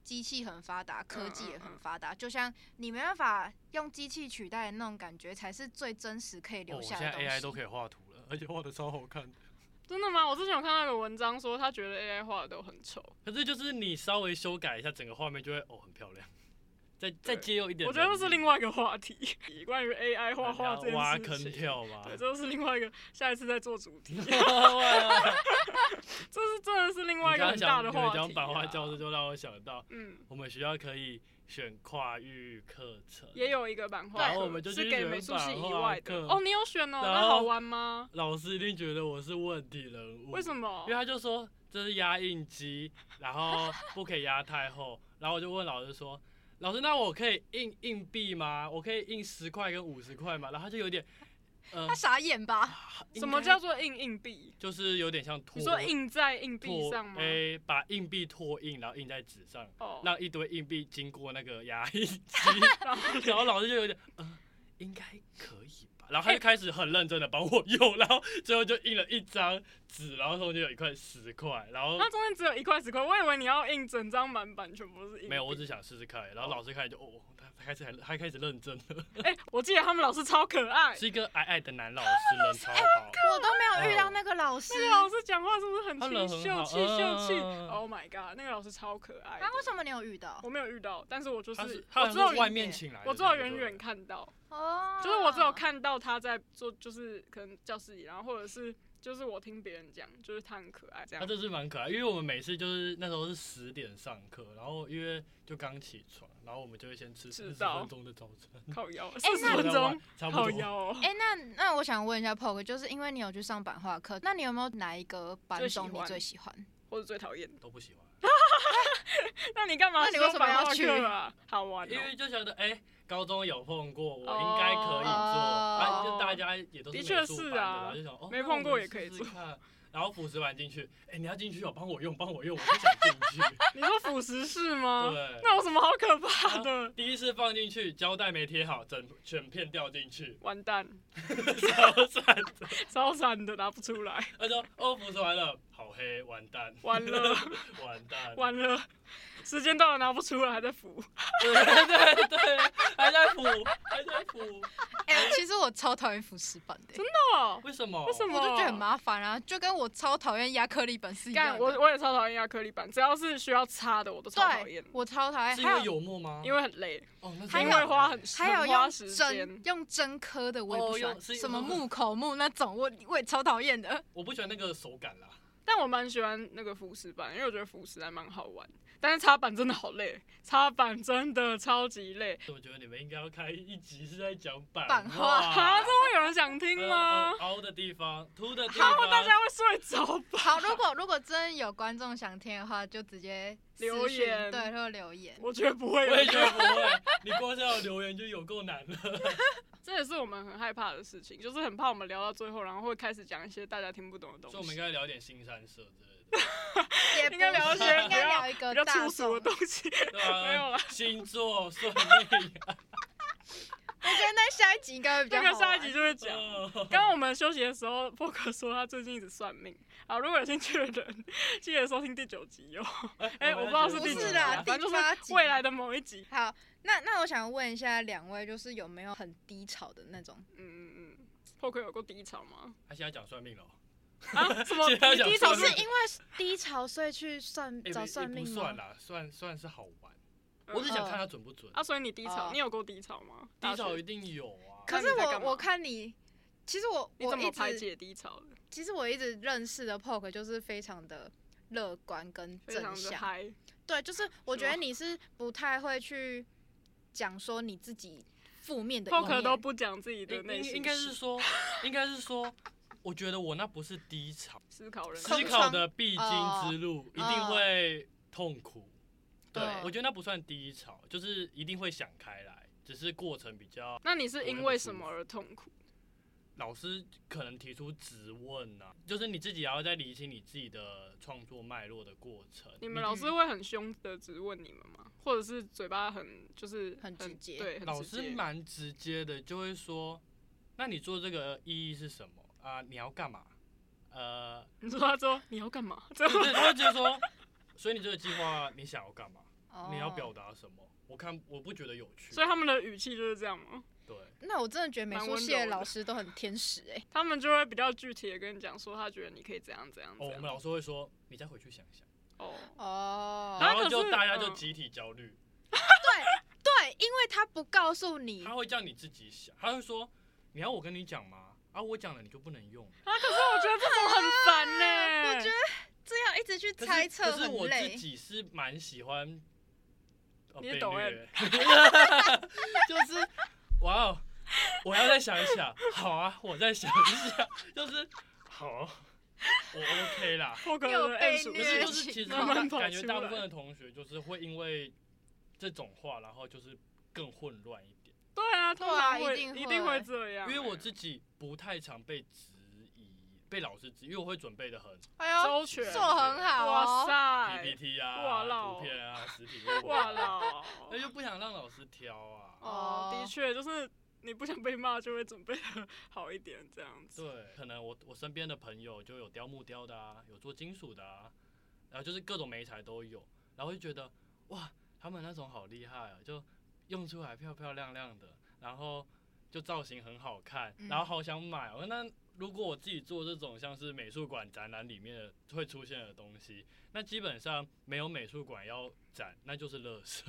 机器很发达，科技也很发达，就像你没办法用机器取代的那种感觉，才是最真实可以
哦，
留
我
下
现
的
在
东西。
AI 都可以画图了，而且画的超好看。
真的吗？我之前有看到一个文章说，他觉得 AI 画的都很丑。
可是就是你稍微修改一下，整个画面就会哦很漂亮。再再
对
借用一点
我
能力，
觉得这是另外一个话题， 关于 AI 画画这
人家哎挖
件
坑
事情。
跳吧
对，。 这是另外一个，下一次再做主题。这是真的是 另
你
外一个
刚
很
刚
大
讲
的
你
话
们
题、啊。
讲版画教室就让我想到，
嗯，
我们学校可以选跨域课程，
也有一个版画课，
然后我们就是去
给
选
美术系
版
以
画
外的。
课
哦，你有选哦，
然
那
后
好玩吗？
老师一定觉得我是问题人物。
为什
么？
么
因为？他就说这是压印机，然后不可以压太厚。 然后我就问老师说：“老师，那我可以印硬币吗？我可以印十块跟五十块吗？”然后他就有点，呃
他，傻眼 吧？
什么叫做印硬币？
就是有点像拓
你说印在硬币
拓
上吗？
诶、把硬币拓印，然后印在纸上，
哦，
让一堆硬币经过那个压印机，
然后
嗯然后老师就有点，呃，应该可以吧？然后他就开始很认真的帮我用，然后最后就印了一张纸，然后中间有一块十块，然后
那中间只有一块十块，我以为你要印整张满版，全部是印。
没有，我只想试试看，然后老师看就哦，他他开始很他开始认真 了，
哎、我记得他们老师超可爱，
是一个矮矮的男老师，人 超好，
我都没有遇到那个老师
那个，老师讲话是不是很
他人
气
很
秀
好
气秀气
嗯
？Oh my god，那个老师超可爱的。
啊，为什么你有遇到？
我没有遇到，但是我就
他
是
是
我
他
只
是
有
外面请来的，
我只有
对
远
不对
远看到，
哦，
就是我只有，看到他在做，就是可能教室里，然后或者是就是我听别人讲，就是他很可爱这
他
样。
这是蛮可爱，因为我们每次就是那时候是十点上课，然后因为就刚起床，然后我们就会先吃
迟
四十
到
分钟的早餐，
靠腰四十
哎那
分钟，
差不
靠
多。
腰哦。
哎、那那我想问一下 Poke，就是因为你有去上版画课，那你有没有哪一个班种你最
最
喜欢？
或者最讨厌的。
都不喜欢，
那你干嘛？
那你为什么要去
啊？好玩、哦，
因为就觉得哎、高中有碰过，我
哦
应该可以做，啊，就
哦
大家也
的
都是美
确
术
是
班的，
啊
然后就想哦，
没
那
碰
我
过
们
也可以
试试看。然后辅食完进去，哎、你要进去哦，帮我用，帮我用，我不想进 去。
你说腐蚀室吗？
对，啊
那有什么好可怕的？
第一次放进去，胶带没贴好，整整片掉进去，
完蛋，
超惨的。
超惨的，拿不出来，
他说哦，辅食完了，好黑，完蛋，
完了，
完蛋，
完了，时间到了拿不出来还在腐，
对对对，还在补，还在补，
哎、其实我超讨厌服饰版的、
哦，
为什么？
为什么？
我就觉得很麻烦啊，就跟我超讨厌亚克力本是一样
干，
的。
我我也超讨厌亚克力板，只要是需要擦的我都超讨厌
对，，我超讨厌，
是因
还
为
有
油墨吗？
因为很累，
哦，那
还有
是因
因
为
为花很
还有
很花
用
时
针
间。
用针科的，我也不喜
哦
欢，
用是
什么 木口木那种，我我也超讨厌的。
我不喜欢那个手感啦。
但我蛮喜欢那个腐蚀板，因为我觉得腐蚀还蛮好玩，但是擦板真的好累，擦板真的超级累。
我觉得你们应该要开一集是在讲版
版画
啊，这会有人想听
呃
吗
呃？凹的地方，凸的地
他
方，
们大家会睡着吧？
好，如果如果真的有观众想听的话，就直接私讯
留言
对，或留 言。
我觉得不会有
我也
人
觉得不会，你光是要留言就有够难了。
这也是我们很害怕的事情，就是很怕我们聊到最后，然后会开始讲一些大家听不懂的东
所
西。
以我们应该聊点新三社之类的，
也不
应该聊一些
应该聊一
比
个
较
大
粗
众
俗的。东西。
对吧、
没有啦啊
星座算命，
我觉得那下一集应该会比 较
这
好
个
玩。
下一集就会讲。
嗯
刚刚我们休息的时候，波哥说他最近一直算命。好，如果有兴趣的人，记得收听第九集哦。 哎、我不知道是第
不
几
是
集
啦
啊，反正
第八
就
集
是未来的某一集。
好，那那我想问一下两位，就是有没有很低潮的那 种？
嗯嗯嗯，波哥有过低潮 吗？
他现在讲算命了哦，
啊，什么？
现在要
你
讲
低
算
潮
不
命
是
是因为低潮所以去 算
哎
找
也
算
也
命
不
吗？
算啦，算算是好
嗯
玩。我只想看他准不准，
啊，所以你低潮，
哦
你有过低潮吗？
低
大
潮
学
一定有啊。
可是
那你在干
我
嘛
我看你，其实我
你
我
怎么
一
排
直
解低潮的？
其实我一直认识的 Poke 就是非常的乐观跟
非常
正
的
向，
嗨。
对，就是我
是
觉得
吗
你是不太会去讲说你自己负面的一
p o k
面，
都不讲自己的
应
内
应
心
应该是
事
说，应该是说，我觉得我那不是低潮，
思考人
空
思
生，
考的必经之路一
哦
嗯
定会痛苦。对
嗯，
我觉得那不算低潮，就是一定会想开来，只是过程比较。
那你是因为什么而痛苦？
老师可能提出质问啊，就是你自己也要在理清你自己的创作脉络的过程。
你们老师会很凶的质问你们吗？或者是嘴巴很就是
很直接
对，很
老
直
师
接
蛮直接的，就会说，那你做这个意义是什么啊？你要干嘛？呃，
你说他说你要干嘛？这 样
对，他会直接说，所以你这个计划你想要干嘛？
哦
你要表达什么？我看我不觉得有趣。
所以他们的语气就是这样吗？
对，
那我真的觉得美
蛮
术
温
系
柔
的
的
老师都很天使哎、
他们就会比较具体的跟你讲说，他觉得你可以怎样怎样
哦，
怎
我们
样。
老师会说，你再回去想想，
哦，
哦，
啊
然
可
后
是
就大家就
嗯
集体焦虑。
对，因为他不告诉
嗯
你
他，会叫你自己想，他会说，你要我跟你讲吗？啊，我讲了你就不能用。
我觉得这种很烦 呢、
我觉得这样一直去
可是
猜测
可是
很
我自
累。
己是蛮喜欢，呃
你是
被
抖 M
虐 就是哇哦，我要再想一想，好啊，我再想一想， 就是好啊，我 OK 啦。
破壳
又
的
被
M 属
可
虐
是
性
就是其实
慢慢跑
感觉
出
大部
来
分的同学就是会因为这种话，然后就是更混乱一点。
对啊，通
对啊
常会
一定会
一定会这样
因
欸、
为我自己不太常被质疑，被老师质疑，因为我会准备的很
哎呦，
周全，
做很好
哇
哦。
塞，
PPT
哎哇
啊、
老
图片啊、实体问答 啊
哇啦！
那就不想让老师挑啊。
哦，的确，就是你不想被骂，就会准备的好一点这样子。
对，可能我我身边的朋友就有雕木雕的啊，有做金属的啊，然后就是各种媒材都有，然后就觉得哇，他们那种好厉害啊，就用出来漂漂亮亮的，然后就造型很好看，
嗯
然后好想买哦。那如果我自己做这种像是美术馆展览里面的会出现的东西，那基本上没有美术馆要展，那就是垃圾。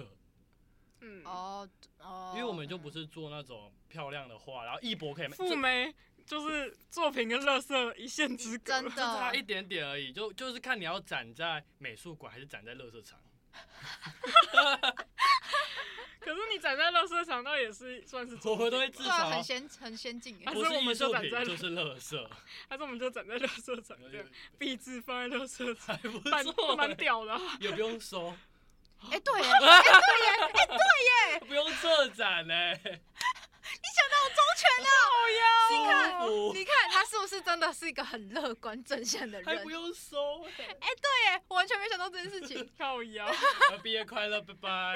嗯，
哦哦，
因为我们就不
嗯
是做那种漂亮的画，然后一博可以卖，
富媒就是作品跟垃圾一线之隔。
真
就差一
的，
点点而已，就就是看你要展在美术馆还是展在乐色场。
可是你展在垃圾场，那也是算是作品
我
吧。
们都会至
对啊，
少
很先很先进欸耶
还。
不
是我
艺
们就
术
展
品
在
就是乐色，
还是我们就展在垃圾场这样，壁纸放在垃圾 场，
还不
蛮
错
蛮
欸，
屌的啊、
也不用收，
哎，对耶，
不用策展欸嘞，
你看，
舒服，
你看他是不是真的是一个很乐观正向的人？
还不用收欸，
对耶，我完全没想到这件事情。
靠腰。
啊毕业快乐，拜拜。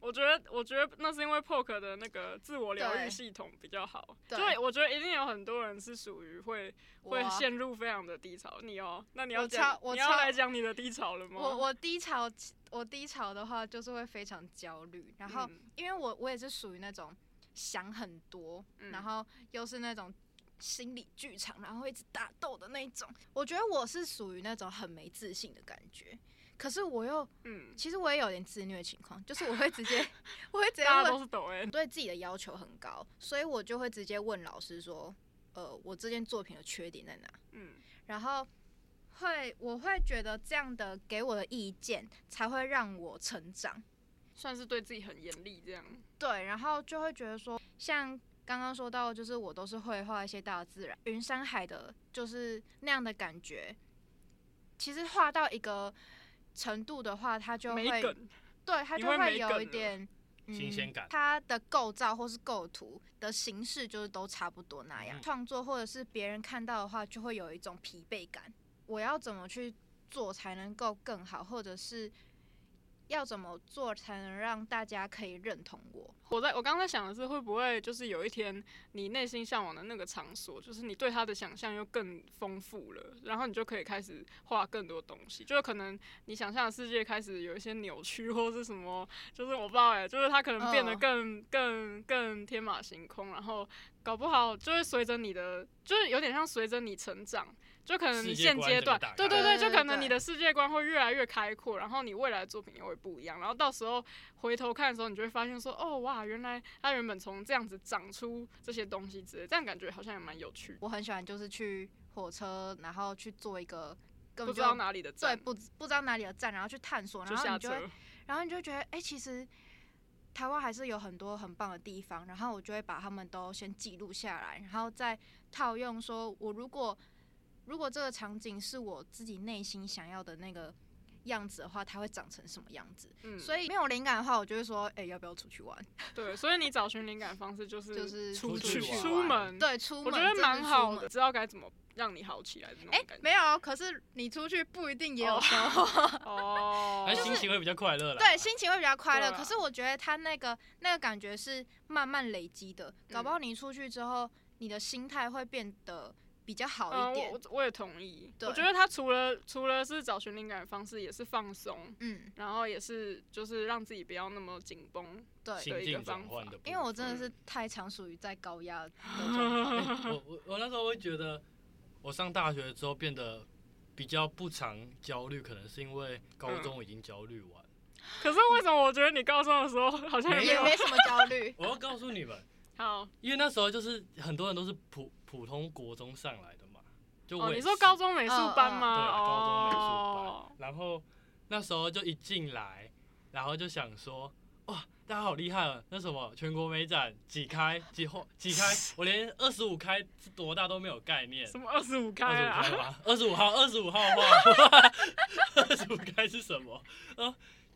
我觉得，我觉得那是因为 Poke 的那个自我疗
对
愈系统比较好，
对
就我觉得一定有很多人是属于会 会
我啊
陷入非常的低潮。你哦，那你要
我
讲
超，我
你要
超
来讲你的低潮了吗？
我我低潮，我低潮的话就是会非常焦虑，然后
嗯
因为我我也是属于那种想很多，
嗯
然后又是那种心理剧场，然后会一直打斗的那一种。我觉得我是属于那种很没自信的感觉，可是我又
嗯，
其实我也有点自虐情况，就是我会直 接我会直接
大家都
问，
是抖 N，
对自己的要求很高，所以我就会直接问老师说，呃，我这件作品的缺点在哪？
嗯
然后会我会觉得这样的给我的意见才会让我成长，
算是对自己很严厉这样。
对，然后就会觉得说，像刚刚说到，就是我都是绘画一些大自然、云山海的，就是那样的感觉。其实画到一个程度的话，它就
没
会
梗，
对它
你
就
会没
有
梗
一
了
点。嗯
新鲜感
它的构造或是构图的形式就是都差不多那样。
嗯
创、作或者是别人看到的话，就会有一种疲惫感。我要怎么去做才能够更好，或者是要怎么做才能让大家可以认同我？
我在我刚才想的是，会不会就是有一天你内心向往的那个场所，就是你对它的想象又更丰富了，然后你就可以开始画更多东西，就是可能你想象的世界开始有一些扭曲或是什么，就是我不知道哎、就是它可能变得
嗯
更、更更天马行空，然后搞不好就会随着你的，就是有点像随着你成长，就可能你
世界
现
观
阶
整
段
个打，
对对
开
对，就
嗯
可
对对
能你的世界观会越来越开阔，然后你未来的作品也会不一样，然后到时候回头看的时候，你就会发现说，哦哇，原来它原本从这样子长出这些东西之类，这样感觉好像也蛮有趣，
我很喜欢就是去火车，然后去做一个根
不
本就
知道哪里的
对
站
不不知道哪里的站，然后去探索，然
就
后
下
你就会
车，
然后你就觉得，哎、其实台湾还是有很多很棒的地方，然后我就会把他们都先记录下来，然后再套用说，我如果如果这个场景是我自己内心想要的那个样子的话，它会长成什么样子？
嗯，
所以没有灵感的话，我就会说，哎、要不要出去玩？
对，所以你找寻灵感方式就是
就是
出
出去玩
出门，，
对，出
嗯我
门
觉得
真的
蛮
是出
好
门
的，知道该怎么让你好起来的那
哎、
种感觉，
没有哦，可是你出去不一定也有
哦
收 获。
哦
还，心情会比较快乐啦。
对，心情会比较快乐。
对啊
可是我觉得他那个那个感觉是慢慢累积的，搞
嗯
不好你出去之后，你的心态会变得比较好
嗯，
一
我
点。
我我也同意。
对
我觉得他除了除了是找寻灵感的方式，也是放松，
嗯，
然后也是就是让自己不要那么紧 绷。
对，
心境转换的部分，
因为我真
嗯
的是太常属于在高压 的状态。
欸我我我那时候会觉得，我上大学之后变得比较不常焦虑，可能是因为高中已经焦虑完。
可是为什么我觉得你高中的时候好像也没
也
有
没什么焦
，
虑
我要告诉你们，
好？
因为那时候就是很多人都是普普通国中上来的嘛，就我
哦，
也
你
是、
说高中美术
嗯
班吗？
对啊高中美术
哦
班，，然后那时候就一进来，然后就想说哇。大家好厉害啊！那什么全国美展几开几后几开，我连二十五开是多大都没有概念。
什么二十五开
二
啊
十五？开吗？二十五号，二十五号画， 二十五开是什么？呃，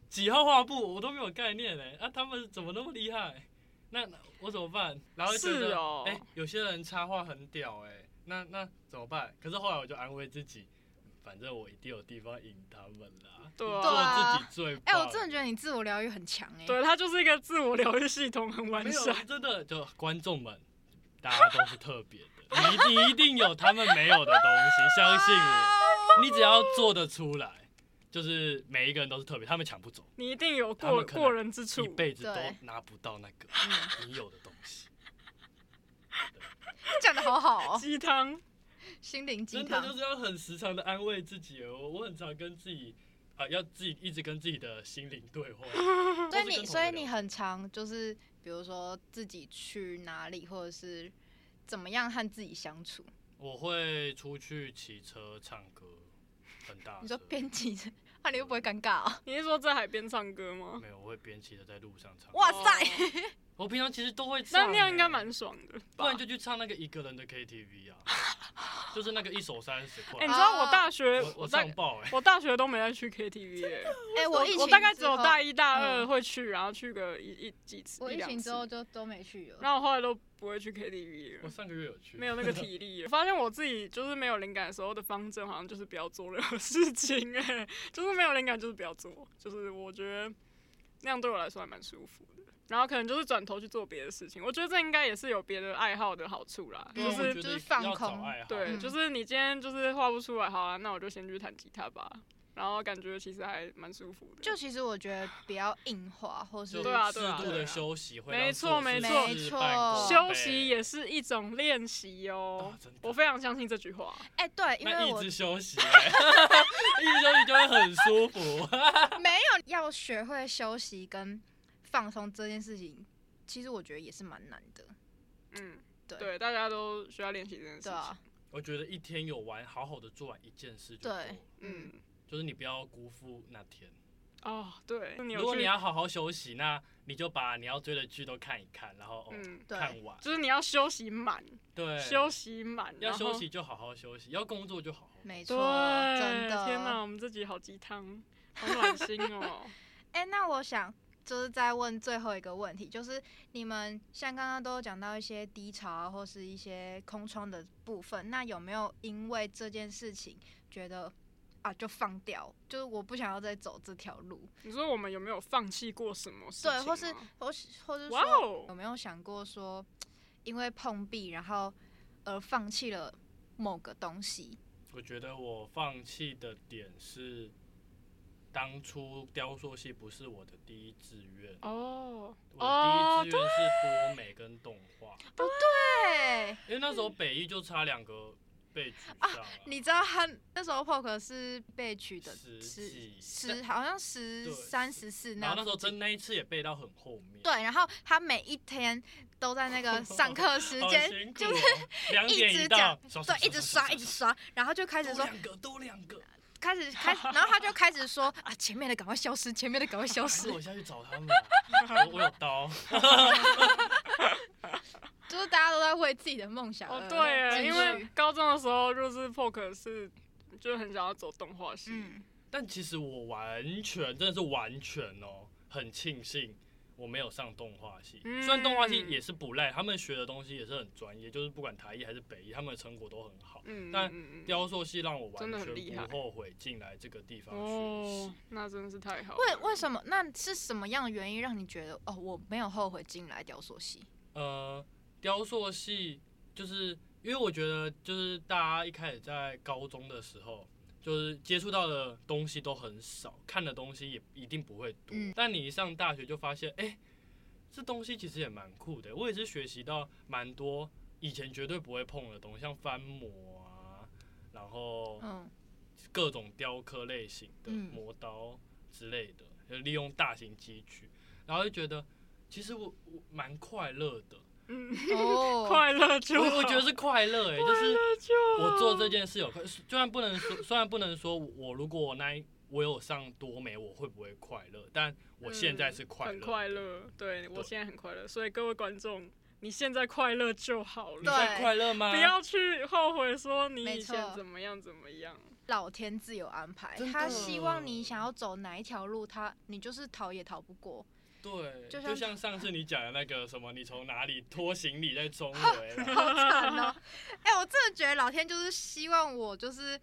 几号画布我都没有概念嘞、啊，他们怎么那么厉害？那那我怎么办？然后就觉
是
得，哎、
哦
欸有些人插画很屌哎、那那怎么办？可是后来我就安慰自己，反正我一定有地方引他们啦，
对
对啊
啊，
做自己最棒。
哎、我真的觉得你自我疗愈很强哎、
对，它就是一个自我疗愈系统很完
没有
善。
真的就观众们，大家都是特别的，你你一定有他们没有的东 西，相信我，你只要做得出来，就是每一个人都是特别，他们抢不走，
你一定有
他
过
们可能
过人之处嗯
一。辈子
对
都拿不到那个你有的东西。
讲的好好 哦、
鸡汤，
心灵鸡
真的
汤
就。是要很时常的安慰自己哦，我我很常跟自己啊、要自己一直跟自己的心灵对 话。
所以
或是跟
你，
同
所以
学
你
聊
很常就是，比如说自己去哪里，或者是怎么样和自己相处。
我会出去骑车唱歌，很大声。
你说编辑 的，啊，你又不会尴尬哦？
你是说在海边唱歌吗？
没有，我会边骑着在路上唱歌。
哇塞，
哦，
我平常其实都会唱、
那
欸，
那样应该蛮爽的
不
吧
然？就去唱那个一个人 的 KTV 啊，就是那个一首三十
哎，
块
你，知道我大学
我我
大
唱爆哎、
我大学都没再去 KTV 耶
哎、我疫情
我大概只
之
有
后
大，一、大
嗯
二会去，然后去个一一几次，
我
一
疫
两
情之后
次，
就都没去了。
然后我后来都不会去 KTV
我
了，
上个月有去，
没有那个体力了。 发现我自己就是没有灵感的时候的方针，好像就是不要做任何事情，哎，就是没有灵感就是不要做，就是我觉得那样对我来说还蛮舒服的。然后可能就是转头去做别的事情，我觉得这应该也是有别的爱好的好处啦，
嗯
就
啊我觉
是。
得
就是放
要找
空
爱好啊
对，
嗯
就是你今天就是画不出来，好啊，那我就先去弹吉他吧。然后感觉其实还蛮舒服的。
就其实我觉得不要硬化，或是
就
对啊
适
对啊
度
对
的
啊
休息会
没
让
错
做事
没
没
错
事半功
错
休
倍
息也是一种练习哦
啊。真的
我非常相信这句话。
哎、对，因
那
为
一
我
直 休息、欸，一直休息就会很舒服。
没有要学会休息跟放松这件事情，其实我觉得也是蛮难的。
嗯，
对
对，大家都需要练习这件事
对
情
啊。，
我觉得一天有完好好的做完一件事就够
对
了，
嗯，
就是你不要辜负那天。
哦，对，你
如
有
果你
去，
要好好休息，那你就把你要追的剧都看一看，然后、哦、
嗯，
对
看完。
就是你要休息满，
对，
休息满，
要
然
休
后。
息就好好休息，要工作就好好工作。
没
对，
错，真的。
天哪，我们这集好鸡汤，哦好暖心哦。
哎、那我想就是再问最后一个问题，就是你们像刚刚都有讲到一些低潮啊，或是一些空窗的部分，那有没有因为这件事情觉得啊就放掉，就是我不想要再走这条路，
你说我们有没有放弃过什么事情
对，
吗？
或是或是或是
哇
说有
哦，
没有想过说，因为碰壁然后而放弃了某个东西？
我觉得我放弃的点是，当初雕塑系不是我的第一志愿，
嗯
哦，
我
哦
的第一志愿是多美跟动画，
对，
因为那时候北艺就差两个被取上、啊
你知道他那时候 Poke 是被取的
十
十
几
十，好像十
对
三十四
然
那
后那时候
附近
真那一次也背到很后面，
对，然后他每一天都在那 个上课时
好
间
辛苦
就
哦
是
两
一
点
直
到
讲，
刷
对一直刷一直刷，然后就开始
多
说
两个多两 个，
开始 开始，然后他就开始说啊前面的赶快消失，前面的赶快消
还
失
是，我下去找 他们啊，我我有刀，
就是大家都在为自己的梦想
哦
而，嗯
对耶，
争
因为
取
高中的时候就是 Poke 是就很想要走动画系，
嗯
但其实我完全真的是完全哦，很庆幸我没有上动画系。
嗯
虽然动画系也是不赖，他们学的东西也是很专业，就是不管台艺还是北艺，他们的成果都很好。
嗯，
但
嗯嗯
雕塑系让我完
真的很厉
全
害
不后悔进来这个地方学习
哦。，那真的是太好了。
为为什么？那是什么样的原因让你觉得哦我没有后悔进来雕塑系？
呃，雕塑系就是因为我觉得，就是大家一开始在高中的时候，就是接触到的东西都很少，看的东西也一定不会多。
嗯
但你一上大学就发现，哎、这东西其实也蛮酷的。我也是学习到蛮多以前绝对不会碰的东西，像翻模啊，然
哦
后
嗯，
各种雕刻类型的
嗯
磨刀之类的，就利用大型机具，然后就觉得其实我我蛮快乐的。
嗯，
哦，
快乐就
我我觉得
好
是快乐哎、
啊
就是
就
我做这件事有快，虽然不能说，虽然不能说我我如果我那一我有上多美，我会不会快乐？但我现在是快
嗯
乐、
很快，乐，对我现在很快乐，所以各位观众，你现在快乐就好
你
对
了，
在快乐啊吗？
不要去后悔说你
没
以前
错
怎么样怎么样。
嗯
老天自有安排
真，
他
的
希望你想要走哪一条路，他你就是逃也逃不过。
对，
就
就
像
像上次你讲的那个什么，你从哪里拖行李再冲 回来，
好惨哦！哎、我真的觉得老天就是希望我就是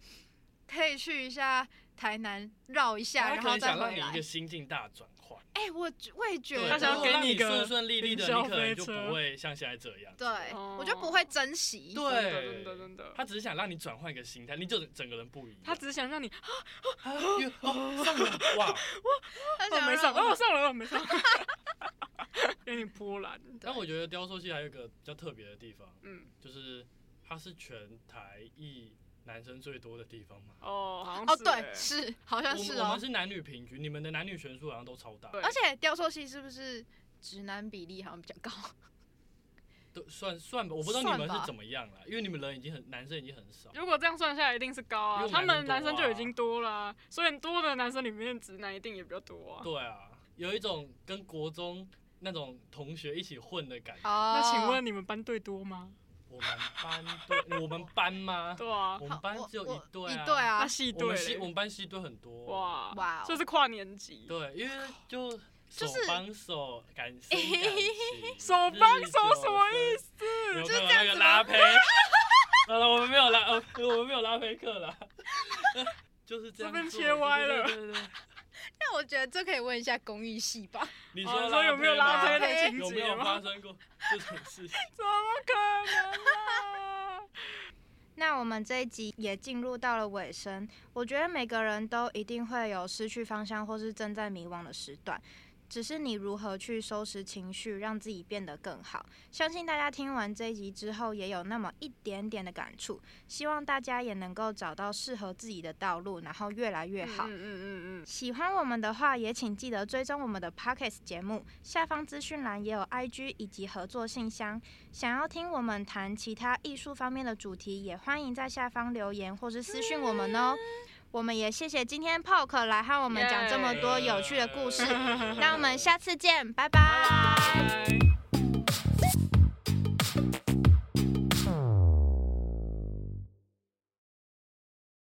可以去一下台南绕一下，
哦
他
然
可
后
能
再
想让
回
你一
来
个。心境大转换。
哎、我我也觉
对
得，
他想要
如果
给
让
你
你
一个
顺顺利利的，
云霄
你可能
飞
就
车
不会像现在这样。
对、
哦
我就不会珍惜。
真的真的
对，
真的，
他只是想让你转换一个心态，你就整个人不一样。
他只想让你啊，
啊又哦上了哇！
他想
没
让
上，
我
哦上 了没上，有点波澜，
对
但我觉得雕塑系还有一个比较特别的地方，
嗯，
就是它是全台艺男生最多的地方嘛。
哦，好像
哦，
是
对，
欸
是好像
我
是
们我
哦
们。是男女平均，你们的男女悬殊好像都超大，
对
而且雕塑系是不是直男比例好像比较高？
都算算吧。我不知道你
算
们
吧
是怎么样啦，因为你们人已经很男生已经很少。
如果这样算下来，一定是高啊
因。为
他们男
男生
生
多啊
就已经多啦、所以多的男生里面直男一定也比较多啊。
对啊，有一种跟国中那种同学一起混的感觉。
哦
那请问你们班队多 吗？
我们班对，我们班吗？
对啊，
我们班只有
我
一对啊。
一对
那
啊，
系
我
队
们系我
嘞
们班系队很多。
哇
哇哦
这是跨年级，
对，因为就手
就是
帮手， 感生感情，
手帮手什么意
思？有没有那个拉胚？好了，我们没有拉，呃，我们没有拉胚课了，就是这样做。
这边切歪了
对对 对对对
那我觉得这可以问一下公益系吧。
你
哦
说
你说有没有拉
胚
胚
吗
的情
有没
节
有
吗
发？生过这种事情？
怎么可能啊？
那我们这一集也进入到了尾声，我觉得每个人都一定会有失去方向或是正在迷惘的时段，只是你如何去收拾情绪，让自己变得更好。相信大家听完这一集之后，也有那么一点点的感触，希望大家也能够找到适合自己的道路，然后越来越 好。
嗯嗯嗯嗯，
喜欢我们的话，也请记得追踪我们的 Pockets 节目，下方资讯栏也有 IG 以及合作信箱。想要听我们谈其他艺术方面的主题，也欢迎在下方留言或是私讯我们哦。我们也谢谢今天 Poke 来 嗯 和我们讲这么多有趣的故事，那我们下次见，拜拜
拜拜。